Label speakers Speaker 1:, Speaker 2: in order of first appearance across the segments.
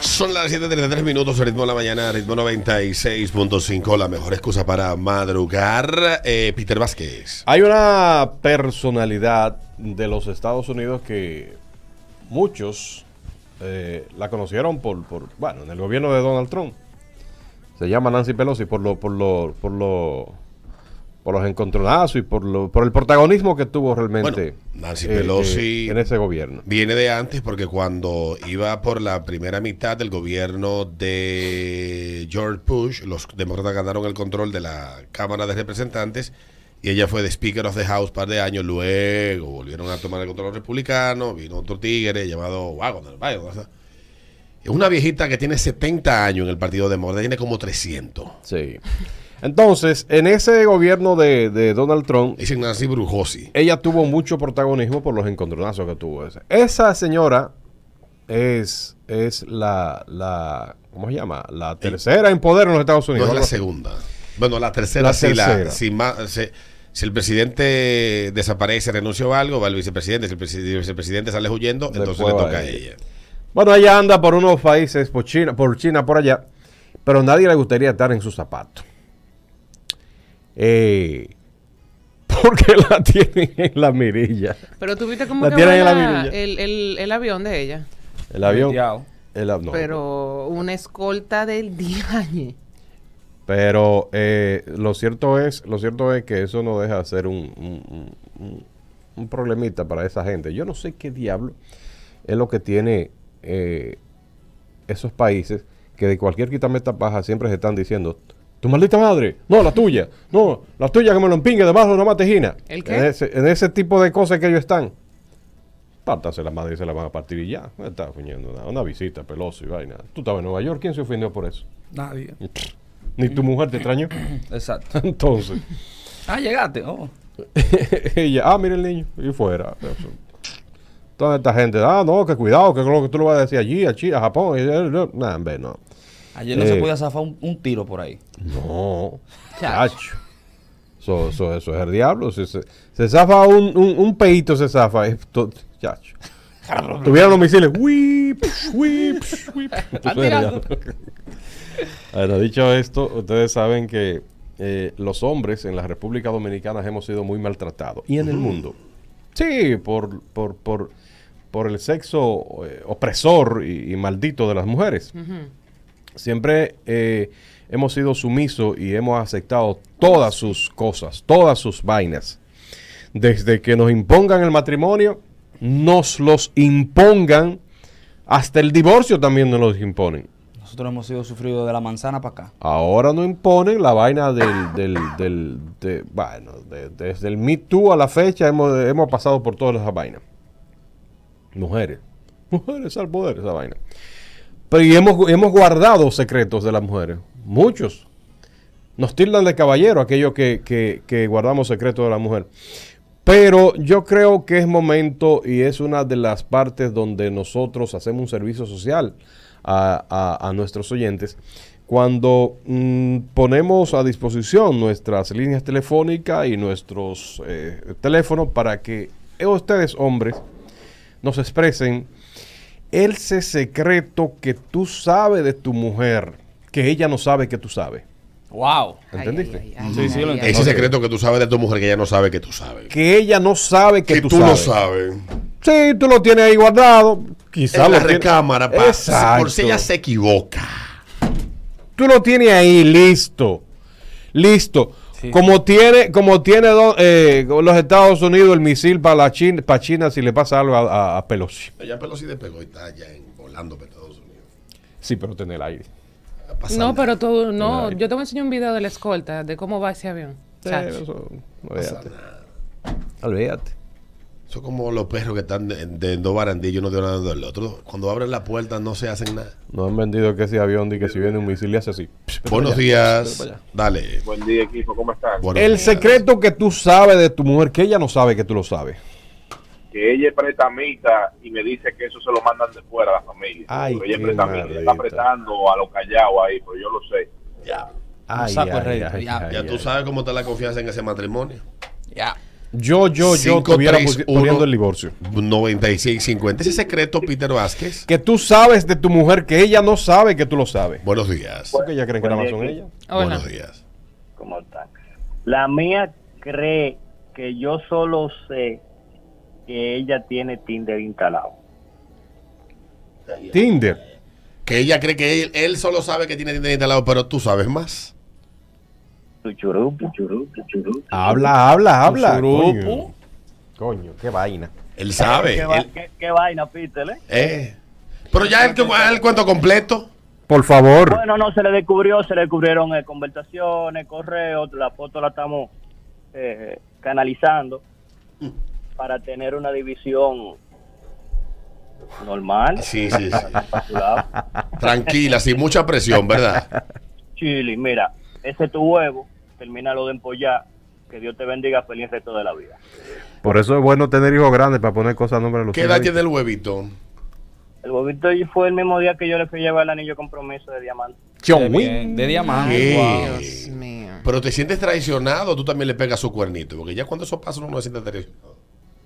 Speaker 1: Son las 7.33 minutos, ritmo de la mañana, ritmo 96.5, la mejor excusa para madrugar. Eh, Peter Vázquez.
Speaker 2: Hay una personalidad de los Estados Unidos que muchos eh, la conocieron por, por, bueno, en el gobierno de Donald Trump. Se llama Nancy Pelosi por lo, por lo, por lo, por los encontronazos y por lo, por el protagonismo que tuvo realmente eh,
Speaker 1: Bueno, Nancy Pelosi-
Speaker 2: en ese gobierno.
Speaker 1: Viene de antes porque cuando iba por la primera mitad del gobierno de George Bush, los demócratas ganaron el control de la Cámara de Representantes y ella fue de Speaker of the House par de años. Luego volvieron a tomar el control republicano, vino otro tigre llamado Wago del Valle, ¿no? Es una viejita que tiene 70 años en el Partido Demócrata, tiene como 300.
Speaker 2: Sí. Entonces, en ese gobierno de, de Donald Trump,
Speaker 1: Dicen Nancy Brujosi.
Speaker 2: ella tuvo mucho protagonismo por los encontronazos que tuvo. Esa, esa señora es, es la, la, ¿cómo se llama? La tercera en poder en los Estados
Speaker 1: No
Speaker 2: Unidos.
Speaker 1: es la
Speaker 2: Algo así.
Speaker 1: segunda. Bueno, la tercera,
Speaker 2: La
Speaker 1: sí, la-
Speaker 2: tercera.
Speaker 1: si, ma- se- si el presidente desaparece, renuncia a algo, va el vicepresidente. Si el, presi- el vicepresidente sale huyendo, entonces le
Speaker 2: Después va
Speaker 1: toca a
Speaker 2: ella.
Speaker 1: ella.
Speaker 2: Bueno, ella anda por unos países, por China, por China, por allá, pero nadie le gustaría estar en sus zapatos. Eh, porque la tienen en la mirilla.
Speaker 3: Pero tuviste como
Speaker 2: La
Speaker 3: que
Speaker 2: tienen
Speaker 3: va
Speaker 2: en la
Speaker 3: la-
Speaker 2: mirilla.
Speaker 3: el, el- el avión de ella.
Speaker 2: El avión.
Speaker 4: Volteado.
Speaker 2: el av- no,
Speaker 3: Pero una escolta del diañe.
Speaker 2: Pero eh, lo cierto es, lo cierto es que eso no deja de ser un, un- un- un problemita para esa gente. Yo no sé qué diablo es lo que tiene eh, esos países que de cualquier quitameta paja siempre se están diciendo tu maldita madre, no la tuya, no, la tuya que me lo empingue debajo de una matejina.
Speaker 3: ¿El qué?
Speaker 2: En ese, en ese tipo de cosas que ellos están. Pártanse la madre y se la van a partir y ya. No está ofendiendo nada. Una visita, Pelosi, vaina. Tú estabas en Nueva York, ¿quién se ofendió por eso?
Speaker 4: Nadie.
Speaker 2: Ni
Speaker 3: Mm.
Speaker 2: tu mujer te extrañó.
Speaker 4: Exacto.
Speaker 2: Entonces,
Speaker 4: Ah, llegaste. Oh.
Speaker 2: ella, ah, mira el niño, y fuera. Toda esta gente, ah, no, que cuidado, que lo que tú le vas a decir allí, a China, a Japón, y- y- y- nah, hombre, no.
Speaker 4: Ayer no
Speaker 2: Eh.
Speaker 4: se podía zafar un, un tiro por ahí.
Speaker 2: No, chacho. Eso, eso, eso es el diablo. Si se, se zafa un, un, un peito, se zafa. es to- chacho. Tuvieron los misiles. Whip, whip, whip. Eso es el diablo. Bueno, dicho esto, ustedes saben que eh, los hombres en la República Dominicana hemos sido muy maltratados. Y en el mundo. Sí, por, por, por, por el sexo eh, opresor y, y maldito de las mujeres. Siempre eh, hemos sido sumisos y hemos aceptado todas sus cosas, todas sus vainas. Desde que nos impongan el matrimonio, nos los impongan. Hasta el divorcio también nos los imponen.
Speaker 4: Nosotros hemos sido sufridos de la manzana para acá.
Speaker 2: Ahora no imponen la vaina del, del, del de- bueno, de- desde el Me Too a la fecha hemos, hemos pasado por todas esas vainas. Mujeres. Mujeres al poder, esa vaina. Pero y hemos, hemos guardado secretos de las mujeres. Muchos. Nos tildan de caballero aquellos que, que- que guardamos secretos de la mujer. Pero yo creo que es momento y es una de las partes donde nosotros hacemos un servicio social a, a- a nuestros oyentes. Cuando mm, ponemos a disposición nuestras líneas telefónicas y nuestros eh, teléfonos para que ustedes, hombres, nos expresen ese secreto que tú sabes de tu mujer, que ella no sabe que tú sabes.
Speaker 4: ¡Wow!
Speaker 3: Ay,
Speaker 2: ¿Entendiste?
Speaker 3: ay, ay,
Speaker 4: Sí,
Speaker 3: ay,
Speaker 4: sí, lo
Speaker 3: ay,
Speaker 4: entendí.
Speaker 1: Ese
Speaker 2: Ok.
Speaker 1: secreto que tú sabes de tu mujer que ella no sabe que tú sabes.
Speaker 2: Que ella no sabe que,
Speaker 1: Que tú, no sabes.
Speaker 2: Sí, tú lo tienes ahí guardado. Quizás
Speaker 1: En la
Speaker 2: lo tienes-
Speaker 1: recámara, pa-
Speaker 2: Exacto.
Speaker 1: por si ella se equivoca.
Speaker 2: Tú lo tienes ahí listo. Listo.
Speaker 4: Sí.
Speaker 2: Como tiene, como tiene do- eh, los Estados Unidos el misil para la China, para China si le pasa algo a, a- a Pelosi.
Speaker 1: Ella Pelosi despegó y está allá en volando para Estados Unidos.
Speaker 2: Sí, pero tiene el aire.
Speaker 1: Pasa
Speaker 3: No,
Speaker 1: nada.
Speaker 3: pero tú, no,
Speaker 2: Ay.
Speaker 3: yo te voy a enseñar un video de la escolta, de cómo va ese avión. Chacho.
Speaker 2: olvídate. Olvídate.
Speaker 1: Son como los perros que están de, de dos barandillos, uno de uno del otro. Cuando abren la puerta no se hacen nada.
Speaker 2: Nos han vendido que ese avión y que si viene un misil le hace así.
Speaker 1: Buenos días.
Speaker 2: Vete para allá.
Speaker 1: Dale.
Speaker 5: Buen día, equipo, ¿cómo están?
Speaker 1: Buenos
Speaker 2: El
Speaker 1: días.
Speaker 2: secreto que tú sabes de tu mujer, que ella no sabe que tú lo sabes.
Speaker 5: Que ella es pretamita y me dice que eso se lo mandan de fuera a la familia.
Speaker 2: Ay,
Speaker 5: Pero ella es
Speaker 2: qué
Speaker 5: pretamita,
Speaker 2: maldita.
Speaker 5: está apretando a los callados ahí, pero yo lo sé.
Speaker 1: Ya,
Speaker 4: saco de rey, diablo.
Speaker 1: ya tú sabes cómo está la confianza en ese matrimonio.
Speaker 4: Ya.
Speaker 2: Yo, yo, yo
Speaker 1: Cinco,
Speaker 2: estuviera
Speaker 1: tres,
Speaker 2: pu-
Speaker 1: uno.
Speaker 2: poniendo el divorcio.
Speaker 1: 9650. Ese secreto, Peter Vázquez.
Speaker 2: Que tú sabes de tu mujer que ella no sabe que tú lo sabes.
Speaker 1: Buenos días.
Speaker 2: Porque ella cree que nada más son
Speaker 6: Bueno,
Speaker 2: ella.
Speaker 3: Hola.
Speaker 1: Buenos días.
Speaker 6: ¿Cómo están? La mía cree que yo solo sé que ella tiene Tinder instalado.
Speaker 2: Tinder.
Speaker 1: Que ella cree que él, él solo sabe que tiene Tinder instalado, pero tú sabes más.
Speaker 6: Chuchurú, chuchurú, chuchurú.
Speaker 2: Habla, habla, habla.
Speaker 4: Grupo.
Speaker 2: Coño, coño, qué vaina.
Speaker 1: Él sabe.
Speaker 6: ¿Qué, va-
Speaker 1: él-
Speaker 6: qué- qué vaina, Peter? eh?
Speaker 1: eh. Pero ya el, el cuento completo.
Speaker 2: Por favor.
Speaker 6: Bueno, no, se le descubrió, se le descubrieron eh, conversaciones, correos, la foto la estamos eh, canalizando para tener una división normal,
Speaker 1: Sí, sí, sí.
Speaker 6: para su lado.
Speaker 1: Tranquila, sin mucha presión, ¿verdad?
Speaker 6: Chili, mira, ese es tu huevo, termínalo de empollar, que Dios te bendiga, feliz resto de la vida.
Speaker 2: Por eso es bueno tener hijos grandes para poner cosas a nombre de los
Speaker 1: ¿Qué
Speaker 2: hijos.
Speaker 1: edad tiene el huevito?
Speaker 6: El huevito ahí fue el mismo día que yo le fui a llevar el anillo de compromiso de diamante.
Speaker 4: De,
Speaker 2: John Wayne.
Speaker 4: bien, de diamante.
Speaker 1: Sí.
Speaker 4: Wow.
Speaker 3: Dios mío.
Speaker 1: Pero te sientes traicionado, tú también le pegas su cuernito. Porque ya cuando eso pasa, uno no se siente traicionado.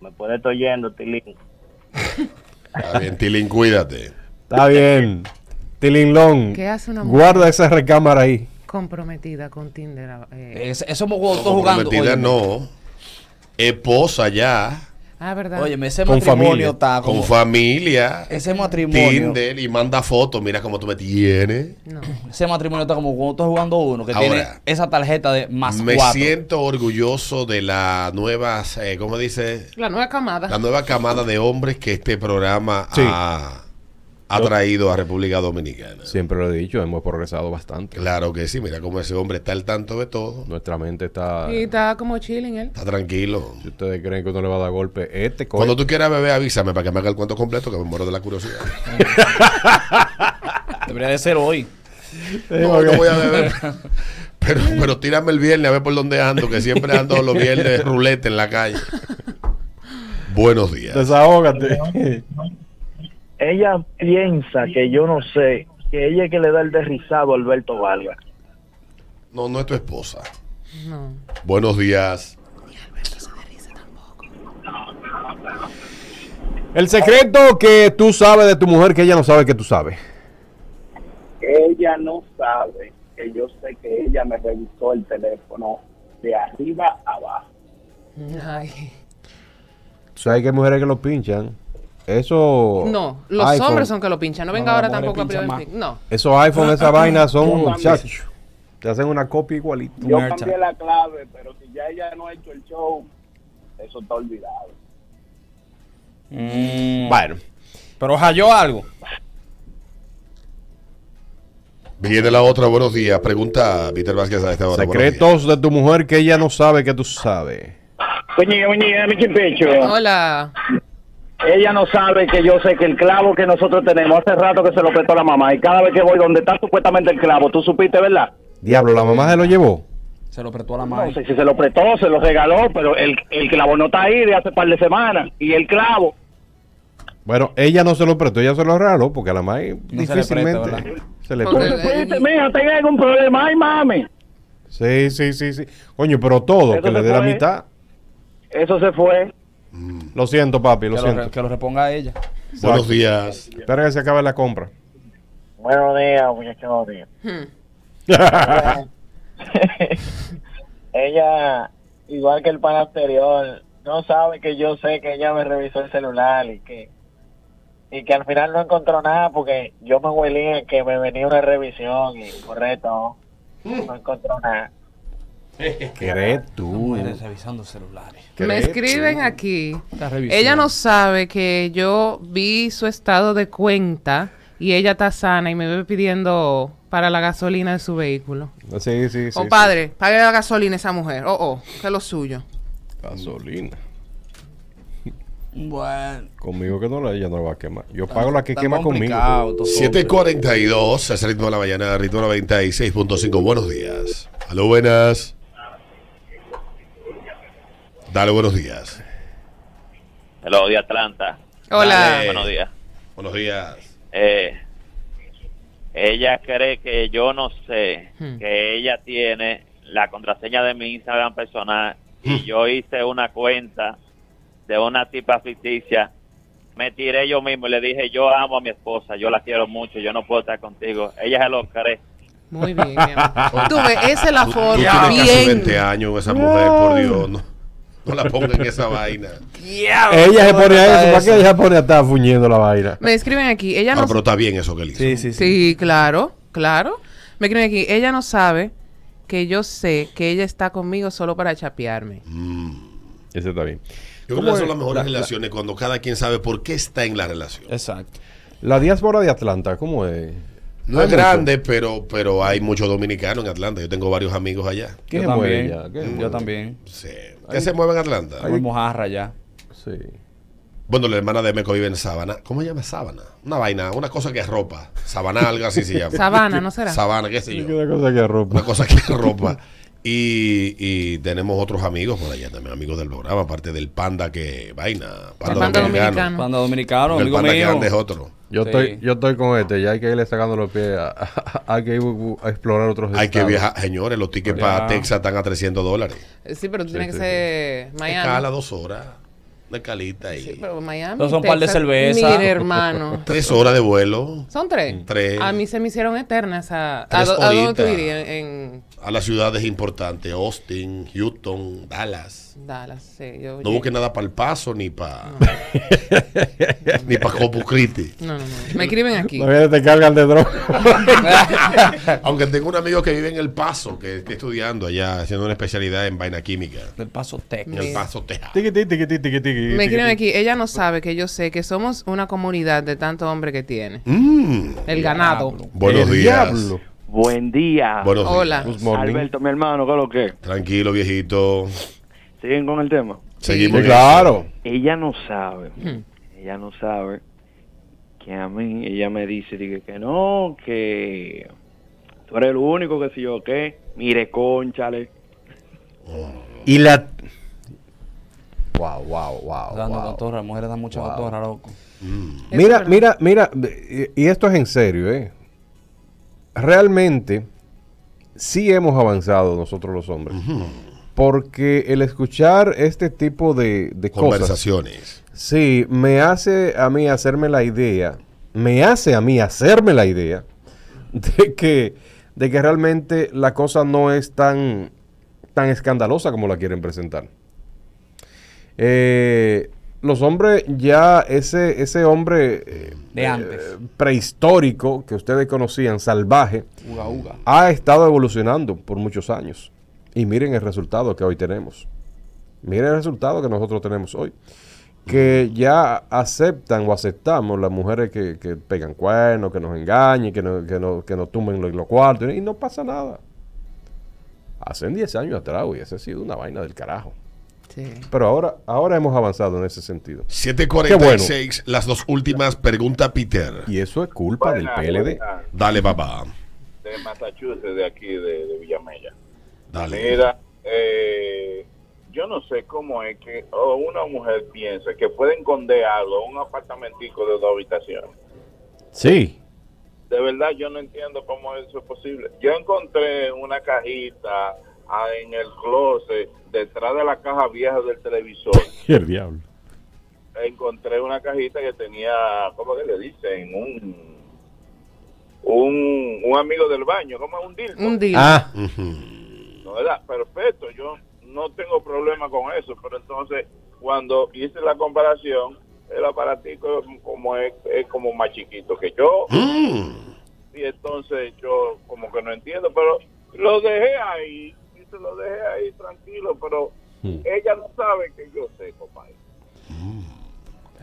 Speaker 6: Me puede estar oyendo, Tilín.
Speaker 1: Está bien, Tilín, cuídate.
Speaker 2: Está bien. Tilinlón.
Speaker 3: ¿Qué hace una mujer?
Speaker 2: Guarda esa recámara ahí.
Speaker 3: Comprometida con Tinder. eh.
Speaker 4: Es- Eso hemos jugado todos jugando.
Speaker 1: Comprometida
Speaker 4: óyeme.
Speaker 1: no. Esposa ya.
Speaker 3: Ah, ¿verdad?
Speaker 4: Óyeme, ese
Speaker 2: Con
Speaker 4: matrimonio
Speaker 2: familia.
Speaker 4: está
Speaker 1: Con
Speaker 4: como-
Speaker 1: familia.
Speaker 4: Ese matrimonio.
Speaker 1: Tinder y manda fotos. Mira cómo tú me tienes.
Speaker 3: no.
Speaker 4: Ese matrimonio está como cuando estás jugando uno que
Speaker 1: Ahora,
Speaker 4: tiene esa tarjeta de más
Speaker 1: Me
Speaker 4: cuatro.
Speaker 1: siento orgulloso de la nueva, eh, ¿cómo dice?
Speaker 3: La nueva camada.
Speaker 1: La nueva camada de hombres que este programa
Speaker 2: Sí.
Speaker 1: ha, ha traído a República Dominicana.
Speaker 2: Siempre lo he dicho, hemos progresado bastante.
Speaker 1: Claro que sí, mira cómo ese hombre está al tanto de todo.
Speaker 2: Nuestra mente está.
Speaker 3: Y está como chilling él.
Speaker 1: Está tranquilo.
Speaker 2: Si ustedes creen que uno le va a dar golpe, este coño.
Speaker 1: Cuando tú quieras beber, avísame para que me haga el cuento completo, que me muero de la curiosidad.
Speaker 4: Debería de ser hoy.
Speaker 1: No, no voy a beber. Pero, pero tírame el viernes a ver por dónde ando, que siempre ando los viernes rulete en la calle. Buenos días.
Speaker 2: Desahógate.
Speaker 6: Ella piensa que yo no sé, que ella es que le da el derrizado a Alberto Valga.
Speaker 1: No, no es tu esposa.
Speaker 3: No.
Speaker 1: Buenos días.
Speaker 2: El secreto que tú sabes de tu mujer que ella no sabe que tú sabes.
Speaker 7: Ella no sabe que yo sé que ella me revisó el teléfono de arriba a abajo.
Speaker 3: Ay.
Speaker 2: Tú sabes que hay mujeres que lo pinchan. Eso.
Speaker 3: No, los
Speaker 2: iPhone-
Speaker 3: hombres son que lo pinchan. No venga
Speaker 4: No,
Speaker 3: ahora
Speaker 4: las
Speaker 3: tampoco a
Speaker 4: mujeres
Speaker 3: privar-
Speaker 4: pinchan
Speaker 3: No.
Speaker 2: Esos iPhone,
Speaker 4: Ah,
Speaker 2: esa vaina son.
Speaker 7: Yo también.
Speaker 2: muchachos. Te hacen una copia igualita.
Speaker 7: Yo
Speaker 4: Mercha.
Speaker 7: cambié la clave, pero si ya ella no ha hecho el show, eso está olvidado.
Speaker 4: Mm,
Speaker 2: Bueno.
Speaker 4: Pero halló algo.
Speaker 1: Viene la otra, buenos días. Pregunta Peter Vázquez a esta hora. Buenos
Speaker 2: Secretos de tu mujer que ella no sabe que tú sabes.
Speaker 6: Oye, oye, mi chimpecho.
Speaker 3: Hola.
Speaker 6: Ella no sabe que yo sé que el clavo que nosotros tenemos hace rato que se lo prestó la mamá y cada vez que voy donde está supuestamente el clavo, tú supiste, ¿verdad?
Speaker 2: Diablo, la mamá se lo llevó.
Speaker 4: Se lo apretó a la
Speaker 6: No
Speaker 4: madre.
Speaker 6: sé si se lo prestó, se lo regaló, pero el, el clavo no está ahí de hace par de semanas. Y el clavo,
Speaker 2: Bueno, ella no se lo prestó, ella se lo regaló porque a la mamá
Speaker 4: se le presta,
Speaker 2: difícilmente
Speaker 4: ¿verdad?
Speaker 2: se le
Speaker 3: Porque-
Speaker 2: presta.
Speaker 6: Vete, mija, tenga algún problema, ay, mami.
Speaker 2: Sí, sí, sí, sí. Coño, pero todo,
Speaker 6: Eso
Speaker 2: que le
Speaker 6: se
Speaker 2: dé la
Speaker 4: ¿eh?
Speaker 6: puede.
Speaker 2: mitad.
Speaker 6: Eso se fue.
Speaker 2: Lo siento, papi, lo
Speaker 4: Que lo, re-
Speaker 2: siento.
Speaker 4: que lo reponga a ella.
Speaker 1: días. Buenos días.
Speaker 2: Espera que se acabe la compra.
Speaker 6: Buenos días, muchachos.
Speaker 3: Hmm.
Speaker 7: ella, igual que el pan anterior, no sabe que yo sé que ella me revisó el celular y que y que al final no encontró nada porque yo me huelía que me venía una revisión y correcto, no encontró nada.
Speaker 2: ¿Qué eres tú?
Speaker 4: Mujeres revisando celulares.
Speaker 3: Me
Speaker 2: ¿Crees?
Speaker 3: escriben aquí.
Speaker 4: Está revisando.
Speaker 3: Ella no sabe que yo vi su estado de cuenta y ella está sana y me ve pidiendo para la gasolina de su vehículo.
Speaker 2: Sí, sí, sí.
Speaker 3: oh, padre, pague la gasolina a esa mujer. Oh, oh, que es lo suyo.
Speaker 2: sí. Gasolina.
Speaker 4: Bueno.
Speaker 2: Conmigo que no la ella no la va a quemar. Yo pago la que
Speaker 4: Está
Speaker 2: quema conmigo.
Speaker 4: complicado, todo.
Speaker 1: 742, es el ritmo de la mañana, ritmo 96.5. Buenos días. Aló, buenas. Dale, buenos días.
Speaker 8: Hello, de Atlanta.
Speaker 3: Hola.
Speaker 1: Dale.
Speaker 8: Buenos días.
Speaker 1: Buenos días.
Speaker 8: Eh, ella cree que yo no sé
Speaker 3: Hmm.
Speaker 8: que ella tiene la contraseña de mi Instagram personal y yo hice una cuenta de una tipa ficticia. Me tiré yo mismo y le dije, yo amo a mi esposa, yo la quiero mucho, yo no puedo estar contigo. Ella se lo cree.
Speaker 3: Muy bien. mi amor. Tú ves, esa es la
Speaker 1: Tú, tú
Speaker 3: forma.
Speaker 1: tienes casi
Speaker 3: bien.
Speaker 1: 20 años esa mujer, por Dios. No, no la ponga en esa vaina.
Speaker 2: Ella se pone a
Speaker 4: está
Speaker 2: Ah, eso, ¿para
Speaker 4: eso?
Speaker 2: qué ella se pone a estar fuñendo la vaina?
Speaker 3: Me escriben aquí. Ella
Speaker 1: Ah,
Speaker 3: no
Speaker 1: pero está bien eso que le hizo.
Speaker 4: Sí, sí, sí.
Speaker 3: Sí, claro, claro. Me escriben aquí. Ella no sabe que yo sé que ella está conmigo solo para chapearme.
Speaker 1: Mm.
Speaker 2: Ese está bien.
Speaker 1: Yo creo que son las mejores relaciones cuando cada quien sabe por qué está en la relación.
Speaker 4: Exacto.
Speaker 2: La diáspora de Atlanta, ¿cómo es?
Speaker 1: No es grande, pero, pero hay muchos dominicanos en Atlanta. Yo tengo varios amigos allá.
Speaker 2: ¿Qué
Speaker 4: yo
Speaker 2: se
Speaker 4: también.
Speaker 2: mueve ya? ¿Qué se
Speaker 4: Yo
Speaker 2: mueve?
Speaker 4: también.
Speaker 1: Sí. ¿Qué se mueve en Atlanta?
Speaker 4: Muy mojarra ya.
Speaker 2: Sí.
Speaker 1: Bueno, la hermana de Meco vive en Sabana. ¿Cómo se llama Sabana? Una vaina, una cosa que es ropa. Sabana, algo así se llama.
Speaker 3: Sabana, ¿no será?
Speaker 1: Sabana, qué sé
Speaker 2: ¿Qué
Speaker 1: yo.
Speaker 2: una cosa que
Speaker 1: Una
Speaker 2: ropa?
Speaker 1: cosa que es ropa. Y, y tenemos otros amigos por allá también, amigos del programa, aparte del panda que vaina. Panda,
Speaker 3: Panda
Speaker 1: dominicano.
Speaker 3: dominicano.
Speaker 4: Cuando dominicano,
Speaker 1: El
Speaker 4: amigo
Speaker 1: panda que
Speaker 4: mío.
Speaker 1: grande es otro.
Speaker 2: Yo,
Speaker 4: Sí.
Speaker 2: estoy, yo estoy con este, ya hay que irle sacando los pies. a- a- hay que ir bu- a explorar otros
Speaker 1: Hay que
Speaker 2: estados.
Speaker 1: viajar, señores, los tickets
Speaker 4: Ya.
Speaker 1: para Texas están a 300 dólares.
Speaker 3: Sí, pero tú
Speaker 2: Sí,
Speaker 3: tienes
Speaker 2: sí,
Speaker 3: que ser
Speaker 1: Escala
Speaker 3: Miami.
Speaker 1: dos horas, una escalita ahí.
Speaker 3: Sí, pero Miami.
Speaker 4: Eso son par de
Speaker 3: Texas.
Speaker 4: cerveza.
Speaker 3: Mire, hermano.
Speaker 1: Tres horas de vuelo
Speaker 3: ¿Son tres?
Speaker 1: Tres.
Speaker 3: A mí se me hicieron eternas. ¿A, a,
Speaker 1: Tres
Speaker 3: do- a dónde tú
Speaker 1: horitas.
Speaker 3: irías? En,
Speaker 1: a las ciudades importantes, Austin, Houston, Dallas.
Speaker 3: en Dallas. Sí, yo
Speaker 1: No
Speaker 3: llegué.
Speaker 1: busque nada para el paso ni para ni para Copucriti.
Speaker 3: No, no, no. Me escriben aquí.
Speaker 2: No, que te cargan de droga.
Speaker 1: Aunque tengo un amigo que vive en el Paso, que está estudiando allá, haciendo una especialidad en vaina química.
Speaker 4: Del paso
Speaker 1: En
Speaker 4: técnico.
Speaker 1: el
Speaker 3: Mira.
Speaker 1: Paso, Texas.
Speaker 2: Tiqui, tiqui, tiqui, tiqui, tiqui, tiqui,
Speaker 3: Me escriben
Speaker 2: tiqui.
Speaker 3: aquí. Ella no sabe que yo sé que somos una comunidad de tanto hombre que tiene.
Speaker 1: Mm.
Speaker 3: El ganado.
Speaker 1: Buenos
Speaker 2: El
Speaker 1: días.
Speaker 2: diablo.
Speaker 9: Buen día.
Speaker 1: Buenos
Speaker 3: Hola.
Speaker 1: días.
Speaker 2: Good morning.
Speaker 9: Alberto, mi hermano, ¿qué es lo que? es?
Speaker 1: Tranquilo, viejito.
Speaker 9: ¿Siguen con el tema?
Speaker 1: Seguimos.
Speaker 2: Sí,
Speaker 1: en
Speaker 2: claro.
Speaker 9: Ella no sabe,
Speaker 3: Hmm.
Speaker 9: ella no sabe que a mí, ella me dice, dije que no, que tú eres el único, que si yo qué, mire, conchale.
Speaker 2: Y la. Wow, wow, wow.
Speaker 4: Dando
Speaker 2: wow.
Speaker 4: cotorra, mujeres dan mucha
Speaker 2: Wow.
Speaker 4: cotorra, loco.
Speaker 2: Mira,
Speaker 3: Eso es
Speaker 2: mira, mira, y y esto es en serio, ¿eh? Realmente, sí hemos avanzado nosotros los hombres. Porque el escuchar este tipo de, de cosas,
Speaker 1: Conversaciones.
Speaker 2: sí, me hace a mí hacerme la idea, me hace a mí hacerme la idea de que, de que realmente la cosa no es tan, tan escandalosa como la quieren presentar. Eh, los hombres ya, ese, ese hombre eh,
Speaker 4: De antes.
Speaker 2: eh, prehistórico que ustedes conocían, salvaje,
Speaker 4: Uga, uga.
Speaker 2: ha estado evolucionando por muchos años. Y miren el resultado que hoy tenemos. Miren el resultado que nosotros tenemos hoy. Que ya aceptan o aceptamos las mujeres que, que pegan cuernos, que nos engañen, que, no- que, no- que nos tumben los, los cuartos, y no pasa nada. Hace 10 años atrás, y esa ha sido una vaina del carajo.
Speaker 3: Sí.
Speaker 2: Pero ahora, ahora hemos avanzado en ese sentido.
Speaker 1: 746, las dos últimas. Pregunta Peter.
Speaker 2: Y eso es culpa
Speaker 5: Buenas,
Speaker 2: del PLD.
Speaker 5: buenas,
Speaker 1: Dale, papá.
Speaker 5: De Massachusetts, de aquí, de, de Villamella.
Speaker 1: Dale.
Speaker 5: Mira, eh, yo no sé cómo es que o una mujer piensa que puede esconder algo en un apartamentico de dos habitaciones.
Speaker 2: Sí.
Speaker 5: De verdad, yo no entiendo cómo eso es posible. Yo encontré una cajita ah, en el closet, detrás de la caja vieja del televisor.
Speaker 2: El diablo.
Speaker 5: Encontré una cajita que tenía, ¿cómo que le dicen? Un, un, un amigo del baño, ¿cómo es un dildo?
Speaker 3: Un día.
Speaker 2: Ah,
Speaker 1: Ujú.
Speaker 5: No, era perfecto, yo no tengo problema con eso, pero entonces cuando hice la comparación, el aparatico es como es, es como más chiquito que yo,
Speaker 1: Mm.
Speaker 5: y entonces yo como que no entiendo, pero lo dejé ahí, y se lo dejé ahí tranquilo, pero ella no sabe que yo sé, compadre.
Speaker 2: eh,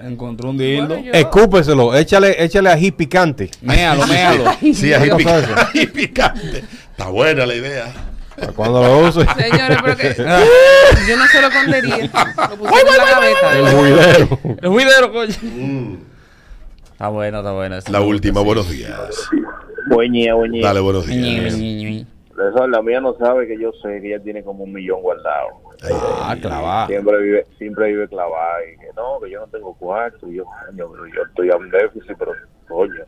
Speaker 4: Encontró un dildo.
Speaker 3: Bueno, yo-
Speaker 2: escúpeselo, échale, échale ají picante.
Speaker 4: Méalo, méalo.
Speaker 1: Mm. Sí, ahí
Speaker 2: ¿Qué
Speaker 1: pica-
Speaker 2: pasó eso?
Speaker 1: ahí picante. Está buena la idea.
Speaker 2: Para cuando lo use.
Speaker 3: Señores, pero que
Speaker 4: Ah,
Speaker 3: yo no se lo escondería. Lo puse en la
Speaker 2: El
Speaker 3: gaveta.
Speaker 2: juidero.
Speaker 4: El juidero, coño.
Speaker 2: Mm.
Speaker 4: Está bueno, está bueno.
Speaker 1: La última, buenos días.
Speaker 6: Bueñe, bueñe.
Speaker 1: Dale, buenos días.
Speaker 6: la mía no sabe que yo sé que ella tiene como un millón guardado.
Speaker 2: Ah, clavá.
Speaker 6: Siempre vive, siempre vive clavada y que no, que yo no tengo cuarto, y yo, coño, pero yo estoy a un déficit, pero coño.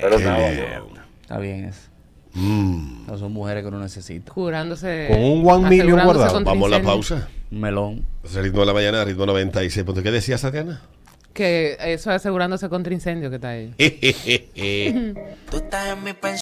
Speaker 6: Pero
Speaker 1: Qué
Speaker 6: nada,
Speaker 1: bien. Mm.
Speaker 4: Está bien eso. No son mujeres que uno necesita.
Speaker 3: Curándose.
Speaker 2: Con un one million
Speaker 3: asegurándose
Speaker 2: guardado.
Speaker 3: contra
Speaker 1: Vamos a la
Speaker 3: incendios.
Speaker 1: pausa.
Speaker 4: Melón.
Speaker 1: Es el ritmo de la mañana, ritmo 96. ¿Qué decías, Tatiana?
Speaker 3: Que eso asegurándose contra incendio que está ahí.
Speaker 10: Tú estás en mi pensamiento.